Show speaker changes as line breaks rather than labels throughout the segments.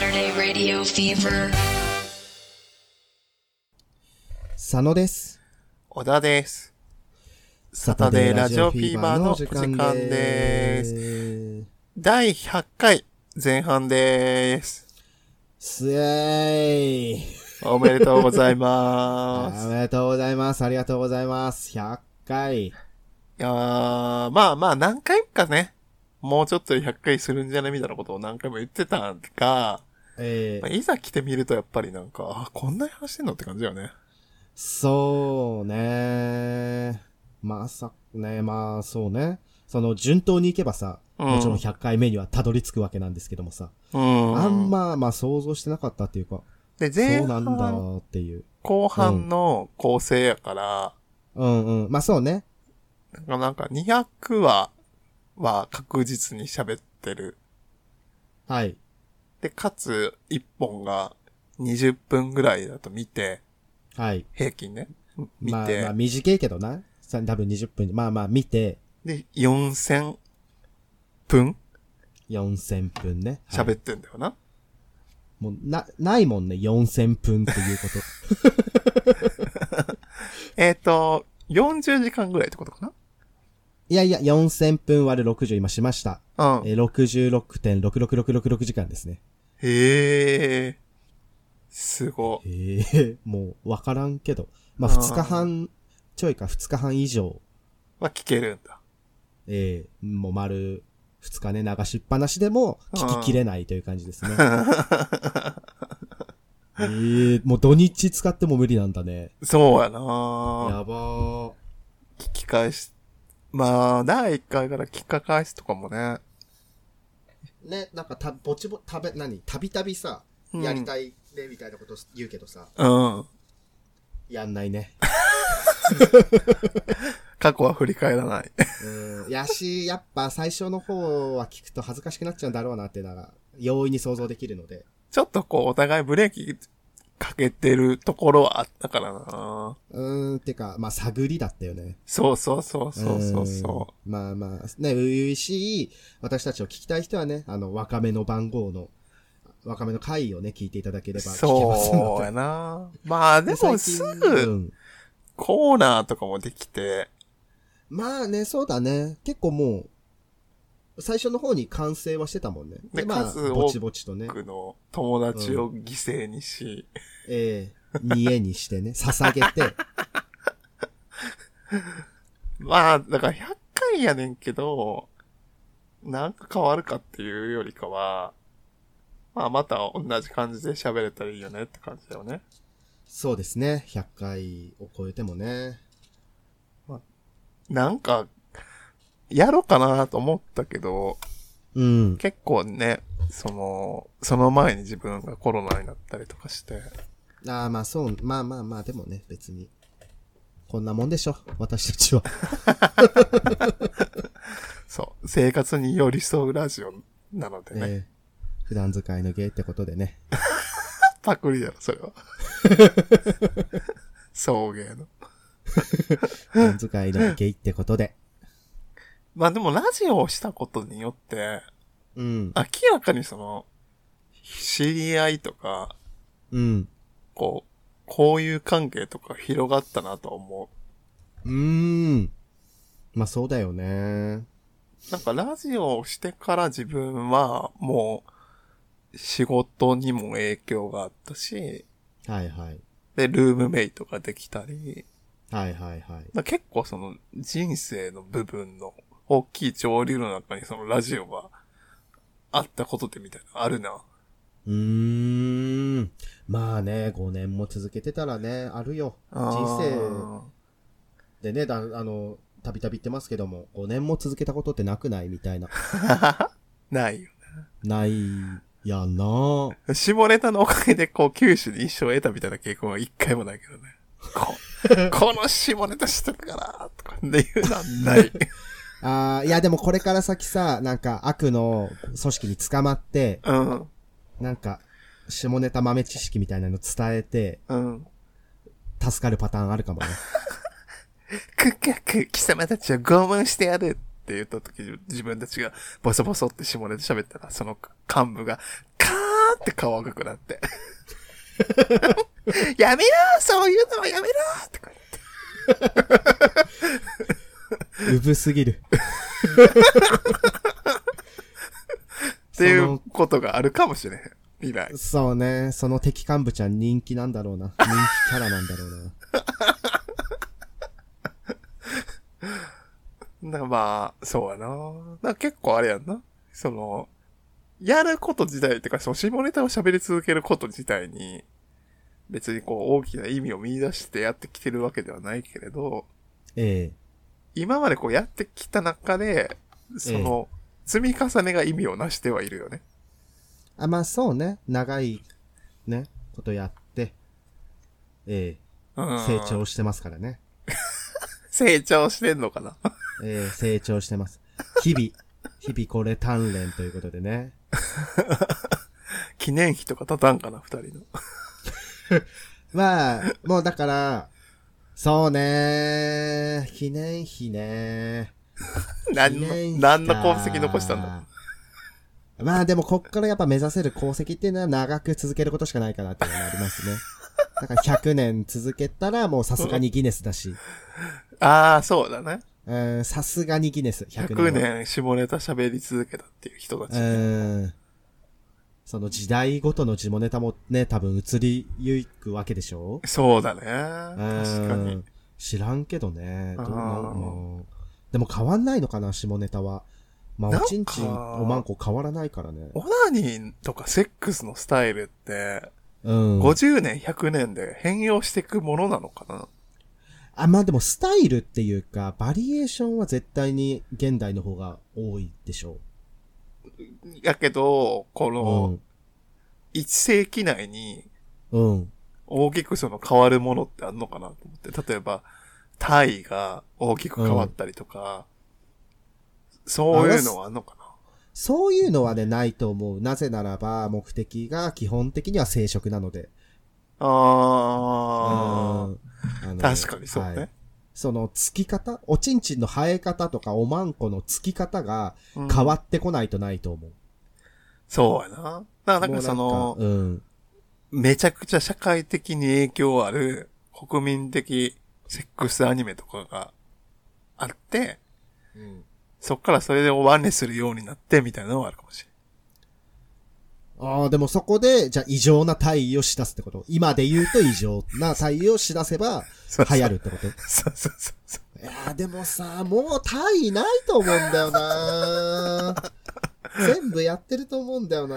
Radio Fever.
佐野です。
小田です。
サ
タデーラジオフィーバーの時間で
ー
第100回前半でーす。
す。すえーい。
おめでとうござい
お
ま す。
めでとうございます。ありがとうございます。100回。
いやー、まあまあ何回かね、もうちょっとで100回するんじゃないみたいなことを何回も言ってたんが、
え
まあ
ー、
いざ来てみるとやっぱりなんか、あ、こんなに話してんのって感じだよね。
そうね。まさ、ね、まあ、そうね。その、順当に行けばさ、
うん
もちろん100回目にはたどり着くわけなんですけどもさ、
うん。
あん。ま、まあ想像してなかったっていうか、
で、
そ
前
うなんだ
半、
っていう。
後半の構成やから、
うんうん。まあそうね。
なんか200話は確実に喋ってる。
はい。
で、かつ、1本が20分ぐらいだと見て、
はい。
平均ね。見
まあ、
て、
まあ短いけどな。さ多分20分。まあまあ見て、
で、4000分
4000分ね。はい
喋ってんだよな。
もう、な、ないもんね、4000分っていう こと。
えっ、と、40時間ぐらいってことか
いやいや、4000分割る60今しました。
なうん。
えー、66.666666時間ですね。
へえ。すごい。
ええ もう、わからんけど。まあ、
あー
2日半、ちょいか2日半以上、
は聞けるんだ。
ええもう丸、2日ね、流しっぱなしでも、聞ききれないという感じです ね。ええもう土日使っても無理なんだね。
そうや
や
な
ばー。
聞き返し、まあ、第1回から聞き返すとかもね。
ね、なんかた、ぼちぼ、食べ、何たびたびさ、
うん
やりたいね、みたいなこと言うけどさ、
うん。
やんないね。
過去は振り返らない。
うん。や し、やっぱ最初の方は聞くと恥ずかしくなっちゃうんだろうなっていうのが、容易に想像できるので。
ちょっとこう、お互いブレーキかけてるところはあったからな
うーん、てか、まあ、探りだったよね。
そうそうそうそうそうそ
うん。まあまあ、ね、初々しい、私たちを聞きたい人はね、あの、若めの番号の、若めの回をね、聞いていただけ
う。
れば聞けますの
そうやなまあ
で。
でも
最近
す
う
ぐ
ん
コーナーとかもできて、
まあね、そうだね。結構もう、最初の方に完成はしてたもんね。
で
まあ、
数を
ぼちぼちとね、
僕の友達を犠牲にし、
ええ見えにしてね、 捧げて、
まあ、だから100回やねんけど、なんか変わるかっていうよりかは、まあまた同じ感じで喋れたらいいよねって感じだよね。
そうですね、100回を超えてもね。
なんか、やろうかなと思ったけど、
うん。
結構ね、その、その前に自分がコロナになったりとかして、
ああ、まあそう、まあまあまあ、でもね、別に。こんなもんでしょ、私たち は。
そう、生活に寄り添うラジオなのでね、
ええ普段使いの芸ってことで ね。
パクリだろ、それは。送迎の。
普段使いの芸ってことで。
まあでもラジオをしたことによって、
うん。
明らかにその、知り合いとか、
うん。
こう、交友関係とか広がったなとは思
うーん。まあそうだよね。
う。なんかラジオをしてから自分はもう、仕事にも影響があったし、
はいはい。
で、ルームメイトができたり、
はいはいはい。
まあ結構その人生の部分の大きい潮流の中にそのラジオがあったことでみたいなのあるな。
うーん。まあね、5年も続けてたらね、あるよ。人生でね、だあの、たびたび言ってますけども、5年も続けたことってなくないみたいな。
生。 ないよ。
ない、やな
下ネタのおかげでこう九州に一生を得たみたいな傾向は一回もないけどね。ここの下ネタしてるから、とかっていうのはない。
あーいやでもこれから先さ、なんか悪の組織に捕まって、
うん。
なんか、下ネタ豆知識みたいなの伝えて、
うん。
助かるパターンある かもね。
くっくっく、貴様たちを拷問してやるって言った時、自分たちがボソボソって下ネタ喋ったら、その幹部が、カーっって顔赤くなって。 やめろそういうのはやめろって感じ
うぶすぎる。
っていうことがあるかもしれへん。以来。
そうね、その敵幹部ちゃん人気なんだろうな。人気キャラなんだろうな。
だからまあ、そうやな。だから結構あれやんな。その、やること自体ってか、その下ネタを喋り続けること自体に、別にこう大きな意味を見出してやってきてるわけではないけれど、
ええ
今までこうやってきた中で、その、積み重ねが意味をなしてはいるよね。
あ、まあそうね、長い、ね、ことやって、ええ
うん
成。長してますからね。
成長してんのかな
えー成長してます。日々、 日々これ鍛錬ということでね。
記念碑とか立たんかな二 人の。
まあ、もうだから、そうね記念碑ね
何
記念碑
の、
か
何の功績残したんだ
まあでもこっからやっぱ目指せる功績っていうのは長く続けることしかないかなっていうのがありますね。だから100年続けたらもうさすがにギネスだし、
ああ、そうだね。
うんさすがにギネス、100
100
年は。
年下ネタ喋り続けたっていう人たち。
うん。その時代ごとの地モネタもね、多分移りゆくわけでしょ
そうだね。
うん
確かに。
知らんけどね。どうな
あー
のでも変わんないのかな、下ネタは。まあ、
なん
お
か
ちんちん、おまんこ変わらないからね。
オナニーとかセックスのスタイルって、
うん。
50年、100年で変容していくものなのかな
あ、まあでもスタイルっていうか、バリエーションは絶対に現代の方が多いでしょ
やけど、こ
う。
の、1世紀内に
うん。うん。
大きくその変わるものってあんのかなと思って。例えば、体位が大きく変わったりとか、そういうのはあんのか
そういうのはね、ないと思う。なぜならば、目的が基本的には生殖なので。
な
うん
あ
あの
あ、確かにそう
はい
ね。
その、つき方おちんちんの生え方とか、おまんこのつき方が
うん
変わってこないとないと思う。
そうやな。だからなんかその
も、うなんか
めちゃくちゃ社会的に影響ある国民的セックスアニメとかがあって、
うん。
そっからそれでおわんにするようになってみたいなのはあるかもし
ああ、でもそこで、じゃあ異常な体位をしだすってこと。今で言うと異常な体位をしだせば、
そうそう
流行るってこと。い
れん。そうそうそうそう。
やーでもさ、もう体位ないと思うんだよ な全部やってると思うんだよな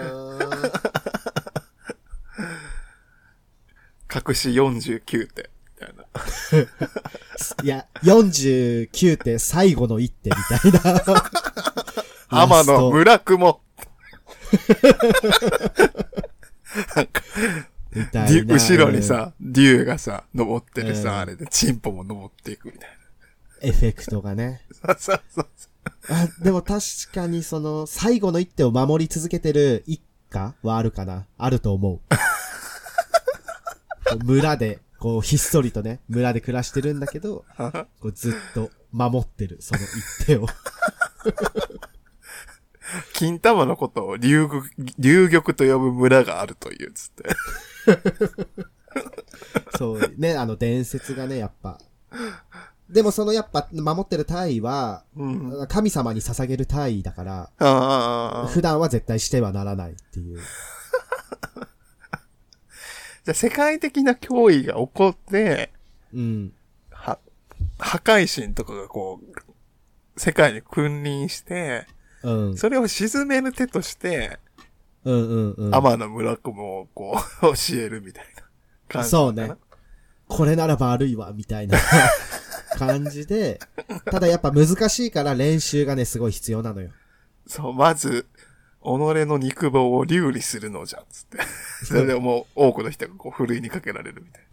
隠し49って、みたいな。
いや、49って最後の一手みたい な。
天野
ラス
村雲。なんか、
トみた
デ
い
ュ
な。
後ろに。さ、竜がさ、登ってる
うん
さ、あれで、チンポも登っていくみたい
エフェクトがね。
な。 そうそうそう。
あ、でも確かにその、最後の一手を守り続けてる一家はあるかなあると 思う。村で、こう、ひっそりとね、村で暮らしてるんだけ ど、こうずっと守ってる、その一 手を。
金玉のことを竜玉竜玉と呼ぶ村があるという、つって。
そう、ね、あの伝説がね、やっぱ。でもそのやっぱ守ってる体位は、
うん。あ
神様に捧げる体位だから、
あ。
普段は絶対してはならないっていう。
じゃあ世界的な脅威が起こって、
うん。
は、破壊神とかがこう、世界に君臨して、
うん。
それを沈める手として、
うんうんうん。
天野村子もこう、 教えるみたいな感じ。
そうね。これならば悪いわ、みたい な感じで、ただやっぱ難しいから練習がね、すごい必要なのよ。
そう、まず、己の肉棒を流利するのじゃ、つ って。それでもう多くの人がこう、ふるいにかけられるみたい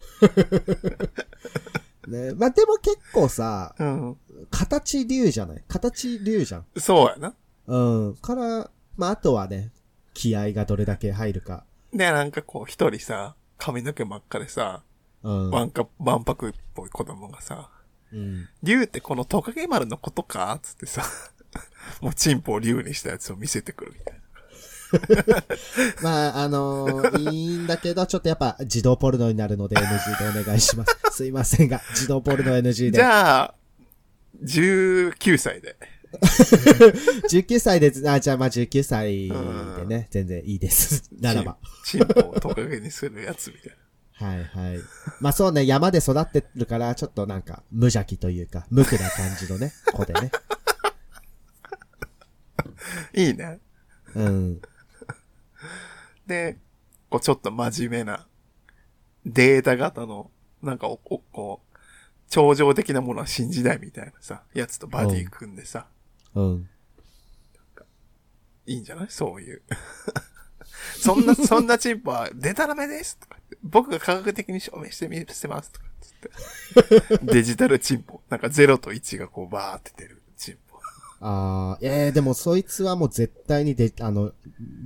ね、まあ、でも結構さ、
な。うん。
形竜じゃない形竜じゃん。
そうやな。
うん。から、まあ、あとはね、気合がどれだけ入るか。
で、なんかこう、一人さ、髪の毛真っ赤でさ、
うん。
わんか、わんぱくっぽい子供がさ、
うん。
竜ってこのトカゲ 丸のことかつってさ、もうチンポを竜にしたやつを見せてくるみたいな。
まあ、あのーいいんだけど、ちょっとやっぱ自動ポルノになるので NG でお願いします。すいませんが、自動ポルノ NG
じ
で。
ゃあ、19歳で。
19歳で、あ、じゃあまあ19歳でね、全然いいです。ならば。
チン。チンポをトカゲにするやつみたいな。
はいはい。まあそうね、山で育ってるから、ちょっとなんか無邪気というか、無垢な感じのね、子でね。
いいね。
うん。
で、こうちょっと真面目な、データ型の、なんかお、おこう、超常的なものは信じないみたいなさ、やつとバディ組んでさ、
うん。
いいんじゃないそういう。 そんな、そんなチンポは、デタラメですとか言って僕が科学的に証明してみせますとか言って。デジタルチンポ。なんか0と1がこうバーって出るチンポ。
ああ、えー、でもそいつはもう絶対にで、あの、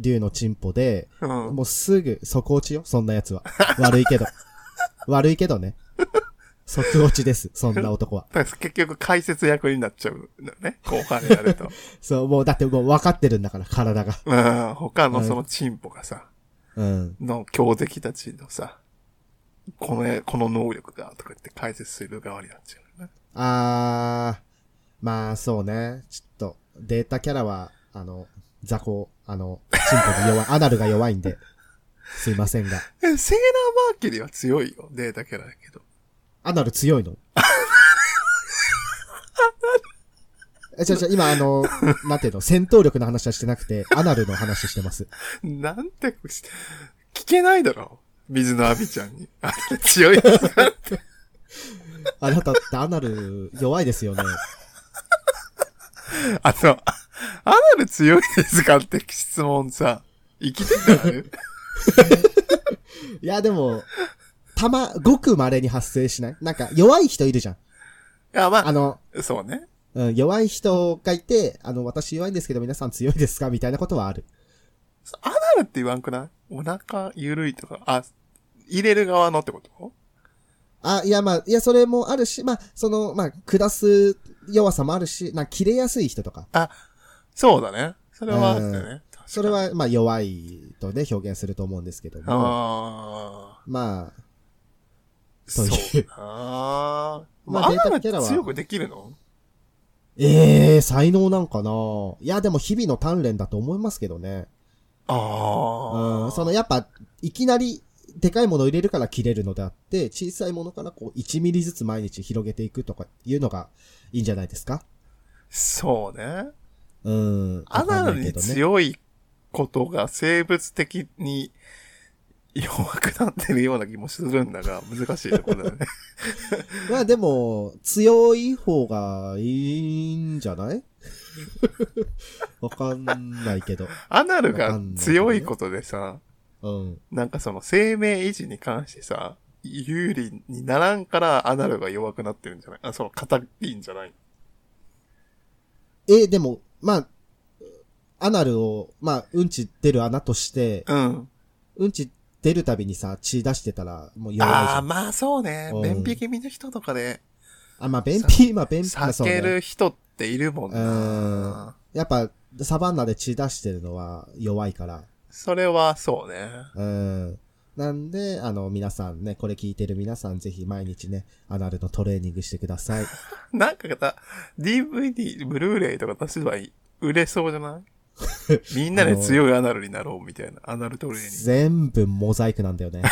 竜のチンポで、
うん。
もうすぐ即落ちよ、そんなやつは。 悪いけど。悪いけどね。即落ちです、そんな男は。
だから結局解説役になっちゃうんだよね。後半になると。
そう、もうだってもう分かってるんだから、体が。
うん。他のそのチンポがさ、
うん。
の強敵たちのさ、この、この能力が、とか言って解説する側になっちゃうよね。
あー、まあそうね。ちょっと、データキャラは、あの、雑魚、あの、チンポが弱い、ア ナルが弱いんで、すいませんが。
え、セーラーマーキュリーは強いよ。データキャラだけど。
アナル強いの え、違う違う、今あの、なんていうの、戦闘力の話はしてなくて、アナルの話してます。
なんてこし、聞けないだろ。水のアビちゃんに。あ 強いですか
あなたってアナル弱いですよね。
あの、アナル強いですかって質問さ、生きてたあ る
いや、でも、たま、ごく稀に発生しないなんか、弱い人いるじゃん。
いや、ま
あの、
あ、そうね。
うん、弱い人がいて、あの、私弱いんですけど皆さん強いですかみたいなことはある。
アナルって言わんくないお腹ゆるいとか、あ、入れる側のってこと
あ、いや、まあ、いや、それもあるし、まあ、その、まあ、暮らす弱さもあるし、なんか切れやすい人とか。
あ、そうだね。それはあったよね。確かに
それ、は、まあ、弱いとね、表現すると思うんですけども。
ああ、
まあ、
そう
そういう
だな。ま
まあ
あ、アナ
デー
ル
タキャラは
強くできるの
ええ才能なんかないや、でも日々の鍛錬だと思いますけどね。
あ
う
あ。
ん、そのやっぱ、いきなり、でかいものを入れるから切れるのであって、小さいものからこう、1ミリずつ毎日広げていくとかいうのがいいんじゃないですか
そうね。
うん。
アナル
わかんないけ
に
どね
強いことが生物的に弱くなってるような気もするんだが、難しいところだ よね。
まあでも、強い方がいいんじゃない わかんないけど。
アナル
わか
が
んないけどね
強いことでさ、
うん。
なんかその生命維持に関してさ、有利にならんからアナルが弱くなってるんじゃないあ、その硬いんじゃない
え、でも、まあ、アナルを、まあ、うんち出る穴として、
うん。
うんち出るたびにさ、血出してたら、もう弱いじ
あ
ゃ
あ、
ん。あ、
まあそうね
う。ん
便秘気味の人とかで
まあ、便秘、まあ、便秘、まあ、
避
そう
け
ね。
る人っているもん
うん
な。
やっぱ、サバンナで血出してるのは弱いから。
それはそうね。
うん。なんで、あの、皆さんね、これ聞いてる皆さん、ぜひ毎日ね、アナルのトレーニングしてください。
なんかさ、DVD、ブルーレイとか出せばいい売れそうじ ゃないみんなで強いアナルになろうみたいな。アナルトレーニン
全部モザイクなんだよね。
グ。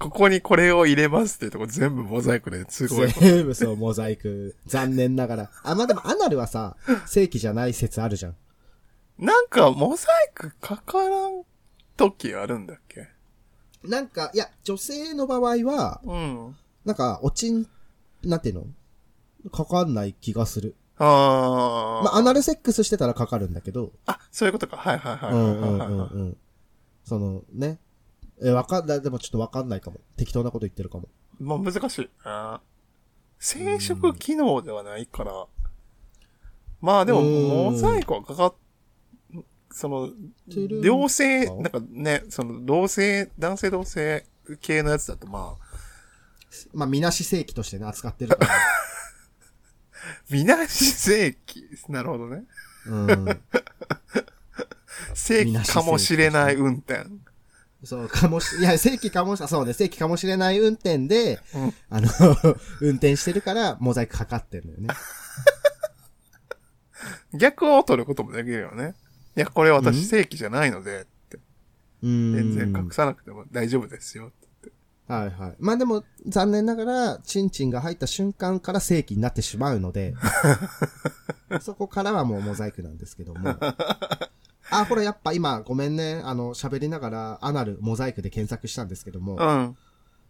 ここにこれを入れますっていうとこ全部モザイク ですごい。
全部そう、モザイク。残念ながら。あ、まあ、でも、アナルはさ、正規じゃない説あるじゃん。
なんかモザイクかからん時あるんだっけ
なんか、いや、女性の場合は、
うん。
なんか、おちん、なんていうのかかんない気がする。
あー。
まあ、アナルセックスしてたらかかるんだけど、
あ、そういうことか。はいはいは
う
い
んう
はい
ん
は
う
い
ん
はい。
うん。その、ね。え、わかんない、でもちょっとわかんないかも。適当なこと言ってるかも。
まあ難しいな。生殖機能ではないから。まあでも、
うん
モザイクはかかっ、その、
トゥルン
両性、なんかね、その、同性、男性同性系のやつだと、まあ、
まあ、みなし正規としてね、扱ってるから。
みなし正規。なるほどね。
うん。
正
みな
規
し
かもしれない運転。
そう、かもし、いや、正規かもし、あそうね、正規かもしれない運転で、
うん
あの、 運転してるから、モザイクかかってるのよね。
逆を取ることもできるよね。いや、これ
うん
私正規じゃないので、
うん。
全然隠さなくても大丈夫ですよ。
はいはい。まあでも、残念ながら、チンチンが入った瞬間から正規になってしまうので、そこからはもうモザイクなんですけども。あ、これやっぱ今、ごめんね。あの、喋りながら、アナル、モザイクで検索したんですけども、
うん。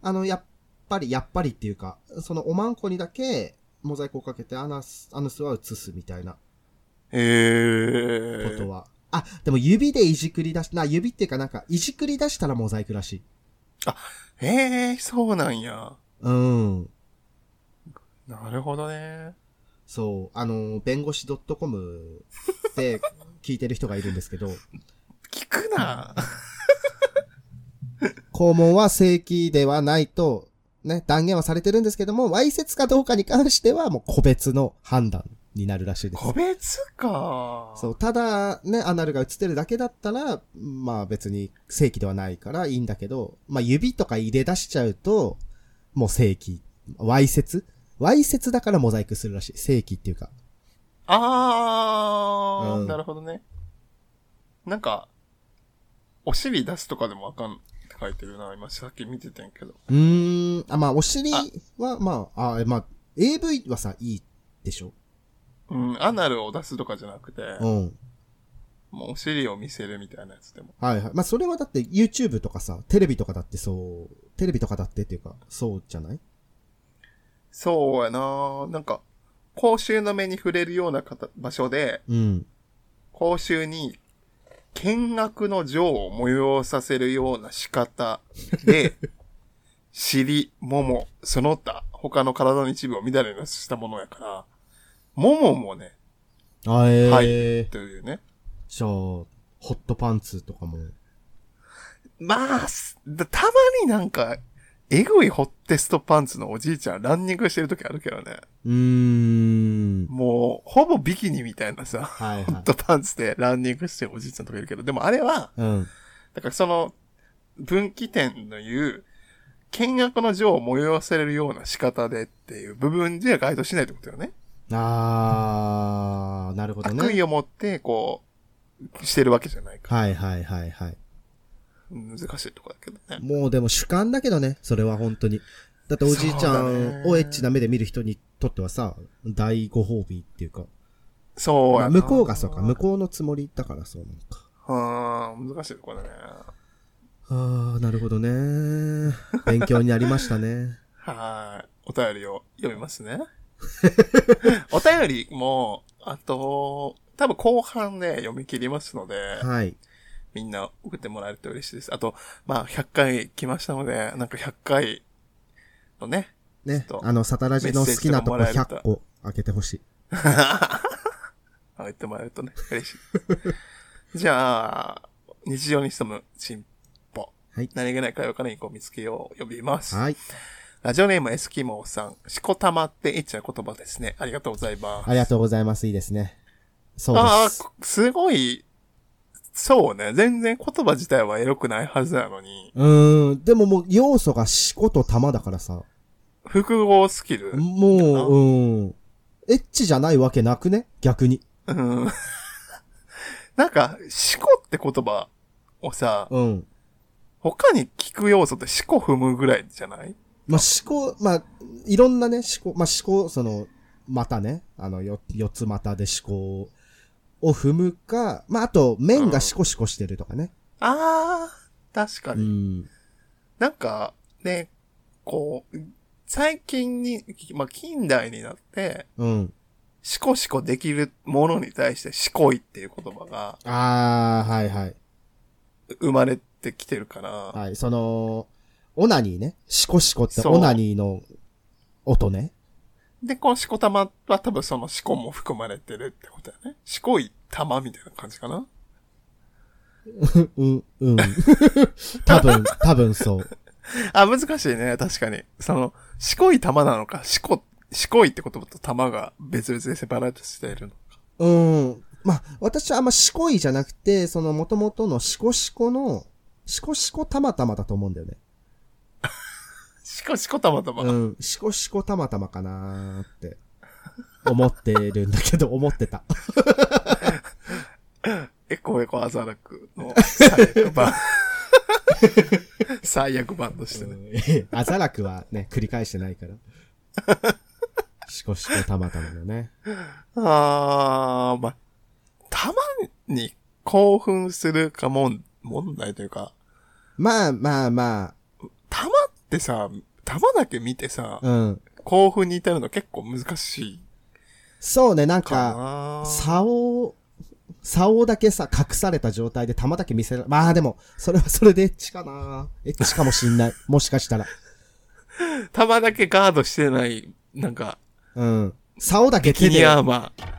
あの、やっぱり、やっぱりっていうか、そのおまんこにだけ、モザイクをかけてアナス、アヌスは映すみたいな
え
こ
ー
と。は。あ、でも指でいじくり出し、な、指っていうかなんか、いじくり出したらモザイクらしい。
えー、そうなんや。
うん。
なるほどね。
そう、あのー、弁護士 .com で聞いてる人がいるんですけど、
聞くな。
肛門は正規ではないと、ね、断言はされてるんですけども、わいせつかどうかに関しては、もう個別の判断になるらしいです
個。別か。
そう、ただ、ね、アナルが映ってるだけだったら、まあ別に正規ではないからいいんだけど、まあ指とか入れ出しちゃうと、もう正規。わいせつわいせつだからモザイクするらしい。正規っていうか。
あー、
うん
なるほどね。なんか、お尻出すとかでもあかんって書いてるな。今さっき見ててんけど。
うーん。あ、まあ、お尻
あ
は、まあ、あ、まあ、AV はさ、いいでしょ
うん、アナルを出すとかじゃなくて、
うん。
もうお尻を見せるみたいなやつでも。
はいはい。まあ、それはだって YouTube とかさ、テレビとかだってそう、テレビとかだってっていうか、そうじゃない
そうやななんか、公衆の目に触れるようなかた場所で、
うん。
公衆に見学の情を催させるような仕方 で、尻、もも、その他、他の体の一部を乱れなししたものやから、もももね、
あえー、
はいというね。
じゃあ、ホットパンツとかも。
まあ、すたまになんか、えぐいホッテストパンツのおじいちゃんランニングしてる時あるけどね。
うーん。
もう、ほぼビキニみたいなさ、
はい
ホッ
はい。
ト パンツでランニングしてるおじいちゃんとかいるけど、でもあれは、
うん。
だからその、分岐点の言う、見学の情を催されるような仕方でっていう部分では該当しないってことよね。
あー、なるほど
悪
ね。
意を持って、こう、してるわけじゃないか。
はいはいはいはい。
難しいとこだけどね。
もうでも主観だけどね、それは本当に。だっておじいちゃ
そうだ
ん
ね
をエッチな目で見る人にとってはさ、大ご褒美っていうか、
そう
ま
や
あ
な
向こうがそうか、向こうのつもりだからそうなのか。
うーん、難しいとこだね。
ああ、なるほどね。 勉強になりましたね。
はい。お便りを読みますね。 お便りも、あと、多分後半ね、読み切りますので、
はい。
みんな送ってもらえると嬉しいです。あと、まあ、100回来ましたので、なんか100回のね、
ね
ちょっ。と
あの、サタラジの好きなとこ
メッセージとかも
100
らえると
個開けてほしい。
あ言ってもらえるとね、嬉しい。 じゃあ、日常に潜むチンポ。
はい
何気ない会話から一個見つけよう、呼びます。
はい。
ラジオネームエスキモーさん。しこたまってエッチな言葉ですね。ありがとうございます。
ありがとうございます。いいですね。そう
ああ
です。
ー、すごい、そうね。全然言葉自体はエロくないはずなのに、
うーん。でももう、要素がしこと玉だからさ。
複合スキル。
もう、うん。エッチじゃないわけなくね逆に。
うん。 なんか、しこって言葉をさ、
うん。
他に聞く要素ってしこ踏むぐらいじゃない
まあ、思考、まあ、いろんなね、思考、まあ、思考、その、股ね、あの、よ、四つ股で思考を踏むか、まあ、あと、面がシコシコしてるとかね。
あー、確か
う
に。
ん。
なんか、ね、こう、最近に、まあ、近代になって、
うん。
しこしこできるものに対してしこいっていう言葉が
あー、はいはい。
生まれてきてるから、
はい、その、オナニーね。シコシコって
そう
オナニーの音ね。
で、このしこたまは多分そのしこも含まれてるってことだね。しこい玉みたいな感じかな
うん、うん。 多分、多分そう。
あ、難しいね。確かに。その、しこい玉なのか、しこ、しこいって言葉と玉が別々でセパレートしているの。
うん。まあ、私はあんましこいじゃなくて、その元々のしこしこの、しこしこたまたまだと思うんだよね。
しこしこたまたま。
うん、しこしこたまたまかなーって、思ってるんだけど、思って た。
エコエコアザラクの最悪 版。最悪版としてね。
うんアザラクはね、繰り返してないから。しこしこたまたまのね。
あー、まあ、たまに興奮するかもん、問題というか、
まあまあま
たまってさ、たまだけ見てさ
あ、、うん。
興奮に至るの結構難しい
そうね、なん
か
か、
な。
竿、竿だけさ、隠された状態で玉だけ見せらまあでも、それはそれでエッチかなエッチかもしんない。もしかしたら。
たまだけガードしてない、なんか、
うん。竿だけ
キ
手
ニ
で。
ア
あ
ーマー。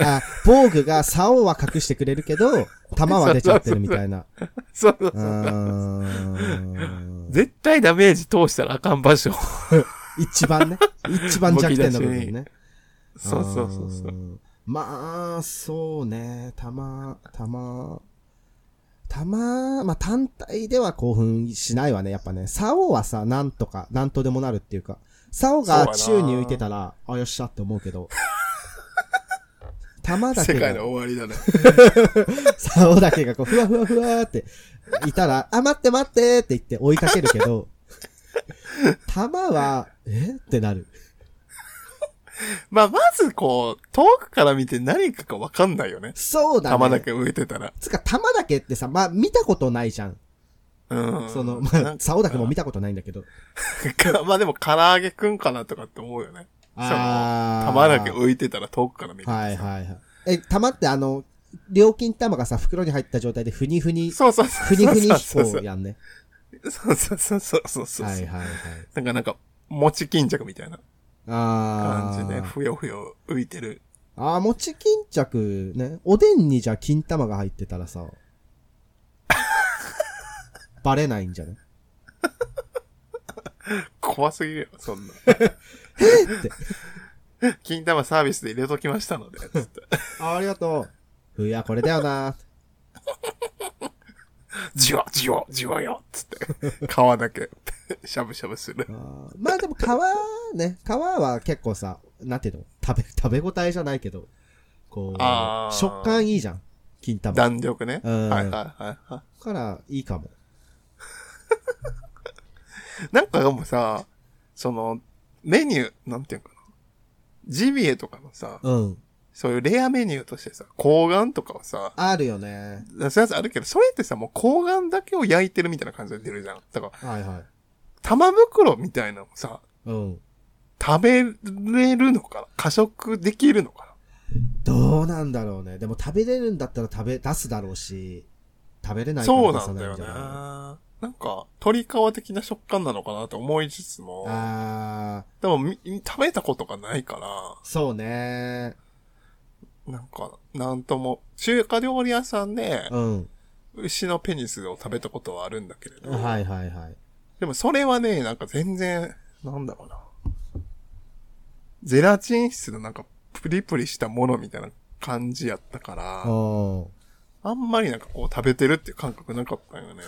あ、 防具が竿は隠してくれるけど、玉は出ちゃってるみたいな。
そうそう
う
そう
ーん。
絶対ダメージ通したらあかん場所。
一番ね。一番弱点の部分ね。
そうそうそうそう
ー。んまあ、そうね。たま、たま、たま、まあ単体では興奮しないわね。やっぱね。竿はさ、なんとか、なんとでもなるっていうか。竿が宙に浮いてたら、あ、よっしゃって思うけど。玉だけ
世界
が
の、終わりだね。
竿だけがこう、ふわふわふわーって、いたら、あ、待って待ってって言って追いかけるけ ど、玉は、えってなる。
まあ、まずこう、遠くから見て何かがわかんないよね。
そうだね。
玉だけ浮いてたら。
つか、玉だけってさ、まあ、見たことないじゃん。
うん。
その、
な
まあ、
んか
竿だけも見たことないんだけど。
まあでも、唐揚げくんかなとかって思うよね。
あー
玉だけ浮いてたら遠くから見て。
はいはいはい。え、玉ってあの、料金玉がさ、袋に入った状態でふにふに、
そうそうそう。
ふにふに
そう
飛
そ
行
う
やんね。
そうそうそうそうそうそう。
はいはいはい。
なんかなんか、餅巾着みたいな
あー。
感じで、ふよふよ浮いてる。
あー、餅巾着ね。おでんにじゃあ金玉が入ってたらさ、 バレないんじゃない
怖すぎるよ、そんな。
って。
金玉サービスで入れときましたので、つって。
あー、ありがとう。いや、これだよな。
じわ、じわ、じわよ、つって。 皮だけ、しゃぶしゃぶする。
あーまあでも皮ね、皮は結構さ、なんていうの食べ、食べ応えじゃないけど、こ
あ
う、
ー
食感いいじゃん。金玉。だ
弾力ね。
う
はい
ん
はいはいは
から、いいかも。
い。なんかでもさ、その、メニュー、なんていうのかな。ジビエとかのさ、
うん。
そういうレアメニューとしてさ、抗眼とかはさ、
あるよね。
そういうやつあるけど、それってさ、もう抗眼だけを焼いてるみたいな感じで出るじゃん。だから、
はいはい。
玉袋みたいなのさ、
うん。
食べれるのかな過食できるのか
どうなんだろうね。でも食べれるんだったら食べ、出すだろうし、食べれな
ないそう
出
な
さ
んだ
ない
よ
じ
ね
ゃ。ない
なんか、鳥皮的な食感なのかなと思いつつも、
あ
でもみ食べたことがないから、
ー、そうね。
なんか、なんとも、中華料理屋さんで、
うん。
牛のペニスを食べたことはあるんだけれど、
はいはいはい。
でもそれはね、なんか全然、なんだろうな。ゼラチン質のなんか、プリプリしたものみたいな感じやったから、
お
あんまりなんかこう食べてるっていう感覚なかったよね。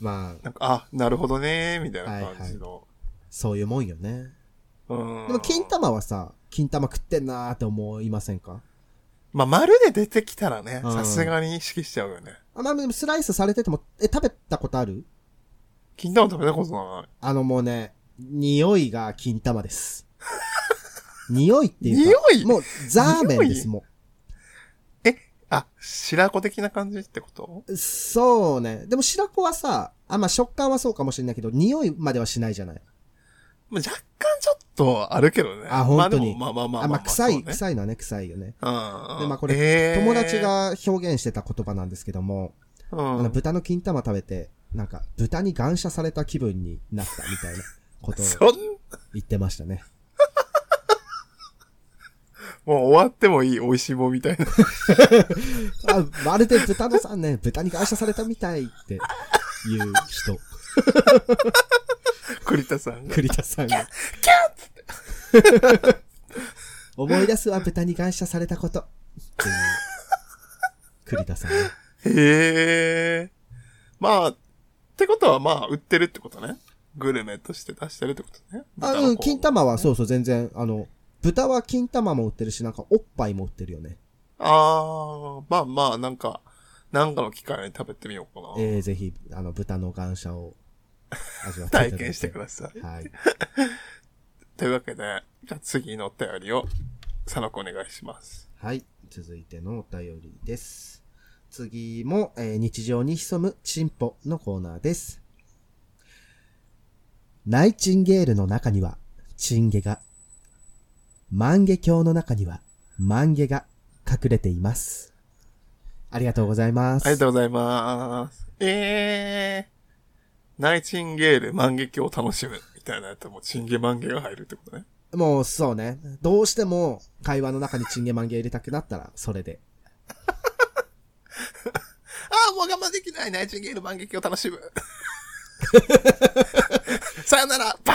まあ、
なんか、あ、なるほどね、みたいな感じの。
そういうもんよね。
うん。
でも、金玉はさ、金玉食ってんなーって思いませんか
まあ、丸で出てきたらね、
うん
さすがに意識しちゃうよね。
あ、まあ、でもスライスされてても、え、食べたことある
金玉食べたことない。
あのもうね、匂いが金玉 です。匂いっていう
匂
か、
い
もうザーメンです、
匂
も
あ、白子的な感じってこと
う。そうね。でも白子はさ、あ、まあ、食感はそうかもしれないけど、匂いまではしないじゃない。
まあ、若干ちょっとあるけどね。
あ本当に
まあでも、まあまあまあまあ、
あ、まあ、臭
そう
い、
ね
臭いのはね、臭いよね。
うん。
でまあこれ
えー
友達、が表現してた言葉なんですけども、
う
あの
ん、
豚の金玉食べて、なんか、豚に感謝された気分になったみたいなことを
そん、
言ってましたね。
もう終わってもいい、美味しいもんみたいな。
あ、まるで豚のさんね、豚に感謝されたみたいっていう人、
栗田さんが。
栗田さんが。思い出すは豚に感謝されたこと。っていう。栗田さんね。
へえ。まあ、ってことはまあ、売ってるってことね。グルメとして出してるってことね。
あ、
豚の
うん、
こ
金玉は、そうそう、全然、あの、豚は金玉も売ってるし、なんかおっぱいも売ってるよね。
ああ、まあまあ、なんか、なんかの機会に食べてみようかな。
えー、ぜひ、あの、豚の感謝を味わっていただい
体験してください。
さい。はい。
というわけで、じゃあ次のお便りを、佐野くんお願いします。
はい。続いてのお便りです。次も、えー日常に潜む進歩のコーナーです。ナイチンゲールの中には、チンゲが、万華鏡の中には、万華が隠れています。ありがとうございます。
ありがとうございます。えー。ナイチンゲール万華鏡を楽しむ。みたいなやつも、チンゲ万華が入るってことね。
もう、そうね。どうしても、会話の中にチンゲ万華入れたくなったら、それで。
ああ、もう我慢できない。ナイチンゲール万華鏡を楽し む。さよなら、バ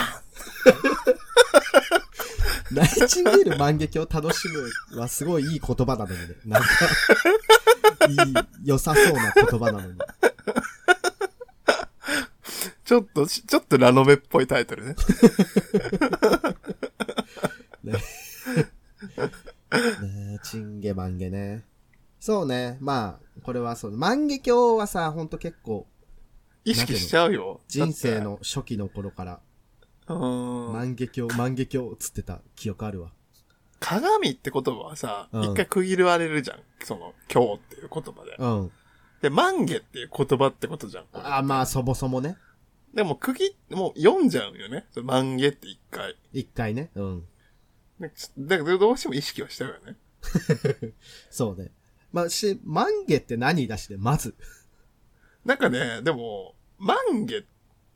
ン
ナイチンゲール万華鏡を楽しむはすごいいい言葉なのにね。なんか、いい、良さそうな言葉なのに。
ちょっと、ちちょっとラノベっぽいタイトルね。
ねえチンゲ万華ね。そうね。まあ、これはそう。万華鏡はさ、ほんと結構、
意識しちゃうよ。
人生の初期の頃から、
だって。うーん。
万華鏡、万華鏡っつってた記憶あるわ。
鏡って言葉はさ、
うん
一回区切られるじゃん。その、今日っていう言葉で。
うん。
で、万華っていう言葉ってことじゃん。これ
あまあ、そもそもね。
でも、区切、もう読んじゃうよね。その万華って一回。
一回ね。うん。
でちだからどうしても意識はしちゃうよね。
そうね。まあ、し、万華って何だしで、まず。
なんかね、でも、万華っ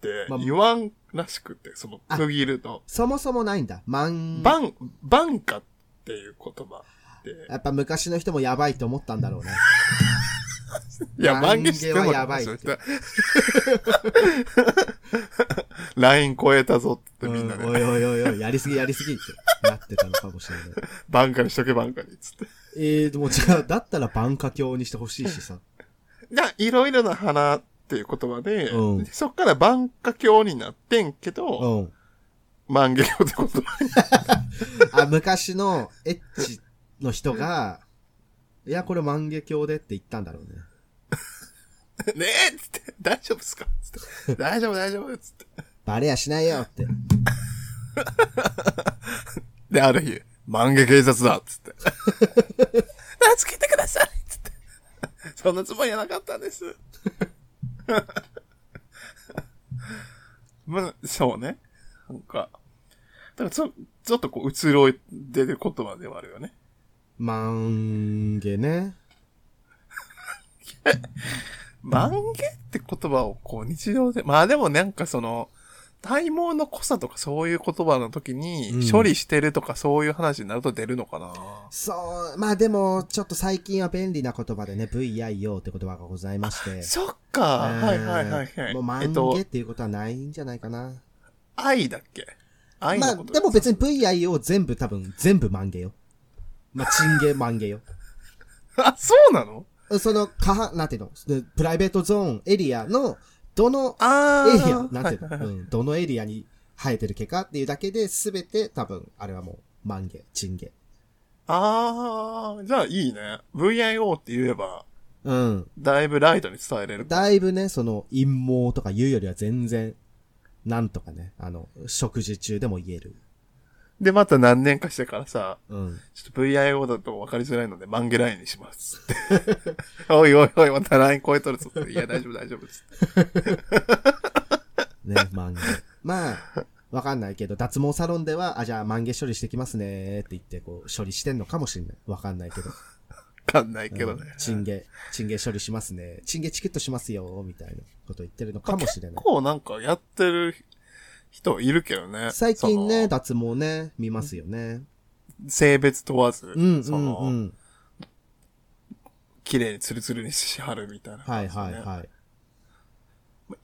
て
ま
言わんらしくて、その区切ると。
そもそもないんだ。万、
万、万華っていう言葉って。
やっぱ昔の人もやばいと思ったんだろうね。
いや、
万
万
華
華
し
してて
も
も
らいましょう
ライン超えたぞってみんな
うんお
ね。
いおいおいおい、やりすぎやりすぎってなってたのかもしれない。
バンカにしとけバンカに。つって。
えー、でも違う、だったら万華鏡にしてほしいし さ。
じゃあ、いろいろな花っていう言葉で、
うん
そっから万華鏡になってんけ
う
ど、
ん。
万華鏡って言葉に。
あ、昔のエッチの人が、いや、これ万華鏡でって言ったんだろうね。
ねえつって、大丈夫っすかつって。大丈夫大丈夫つって。
バレやしないよって。
で、ある日、万華警察だつって。助けてくださいつって。そんなつもりはなかったんです。まあ、そうね。なんか、だからちょ、ちょっとこう、移ろい出る言葉ではあるよね。
万華ね。
万華って言葉をこう、日常で、まあでもなんかその、体毛の濃さとかそういう言葉の時
うん
に、処理してるとかそういう話になると出るのかな、
そう、まあでも、ちょっと最近は便利な言葉でね、VIO って言葉がございまして。
そっか、はいはいはいはい。
もう
え
万
っと
華っていうことはないんじゃないかな。
愛だっけ愛
ま
の
あ、
こと
でも別に VIO 全部多分、全部万華よ。まあ、チンゲ万華 よ。
あ、そうなの
その、かは、なんていうのでプライベートゾーン、エリアの、どの
あ
エ
ー。
リア、なんていう
はいはい
の、うん、どのエリアに生えてる毛かっていうだけで、すべて多分、あれはもう、万華、チンゲ。
あー、じゃあいいね。VIO って言えば、
うん。
だいぶライトに伝えれる。
だいぶね、その、陰謀とか言うよりは全然、なんとかね、あの、食事中でも言える。
で、また何年かしてからさ、
うん。
ちょっと VIO だと分かりづらいので、マンゲラインにします。 っておいおいおい、またライン超えとるぞ。いや、大丈夫大丈夫です。
ね、万華。 まあ、わかんないけど、脱毛サロンでは、あ、じゃあ万華処理してきますねって言って、こう、処理してんのかもしれない。わかんないけど。
わかんない けどね。
チンゲ、チンゲ処理しますね。チンゲチクッとしますよ、みたいなこと言ってるのかもしれない
結。構なんかやってる人いるけどね。
最近ね、
その。
脱毛ね、見ますよね。
性別問わず、
うん、う
そ
ん、う
の、
ん。
綺麗にツルツルにしはるみたいな
は
感
い、
じね、
はい、はい。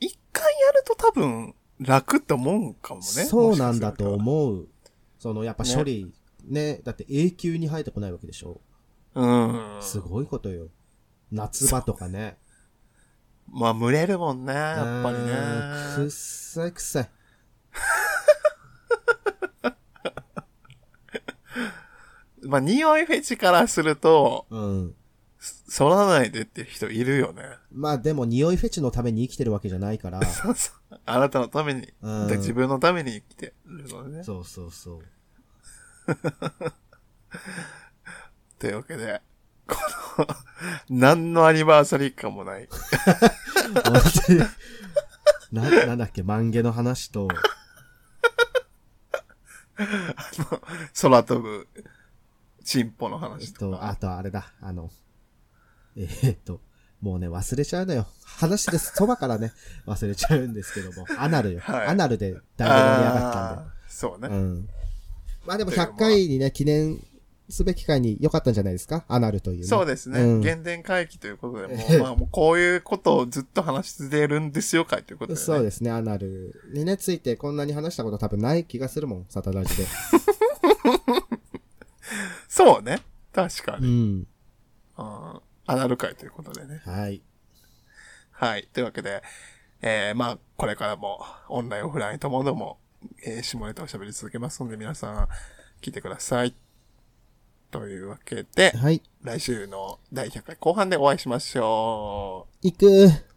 一回やると多分楽って思うかもね。
そうなんだと
う。
思う。その、やっぱ処理ね、だって永久に生えてこないわけでしょ。
うん。
すごいことよ。夏場とかね。
まあ、群れるもんね、やっぱり
うーんく
ね
っ。さいくっさい。
まあ、匂いフェチからすると、
うん。
剃らないでっていう人いるよね。
まあでも匂いフェチのために生きてるわけじゃないから。
そうそう。 あなたのために、
うん
自分のために生きてるの ね。
そうそうそう。
というわけで、この、 何のアニバーサリー感もない。
私な、なんだっけ、漫画の話と、
空飛ぶ、チンポの話と
と、
か。
あとあれだ、あの、えーっと、もうね、忘れちゃうのよ。話でそばからね、忘れちゃうんですけども、アナルよ。
はい
アナルでだいぶ盛り上がったんで。
あーそうね。
うん。まあでも100回にね、記念すべき回に良かったんじゃないですかアナルという、ね。
そうですね。
うん
原点回帰ということで、もう、まあ、もうこういうことをずっと話し続けるんですよ、会ということで、ね。
そうですね、アナルにね、ついてこんなに話したこと多分ない気がするもん、サタラジで。
そうね。確か
う
に。
ん。
うん、アナル会ということでね。
はい。
はい。というわけで、えー、まあ、これからも、オンライン、オフラインともども、えー、下ネタを喋り続けますので、皆さん、聞いてください。というわけで、
はい。
来週の第100回後半でお会いしましょう。
行く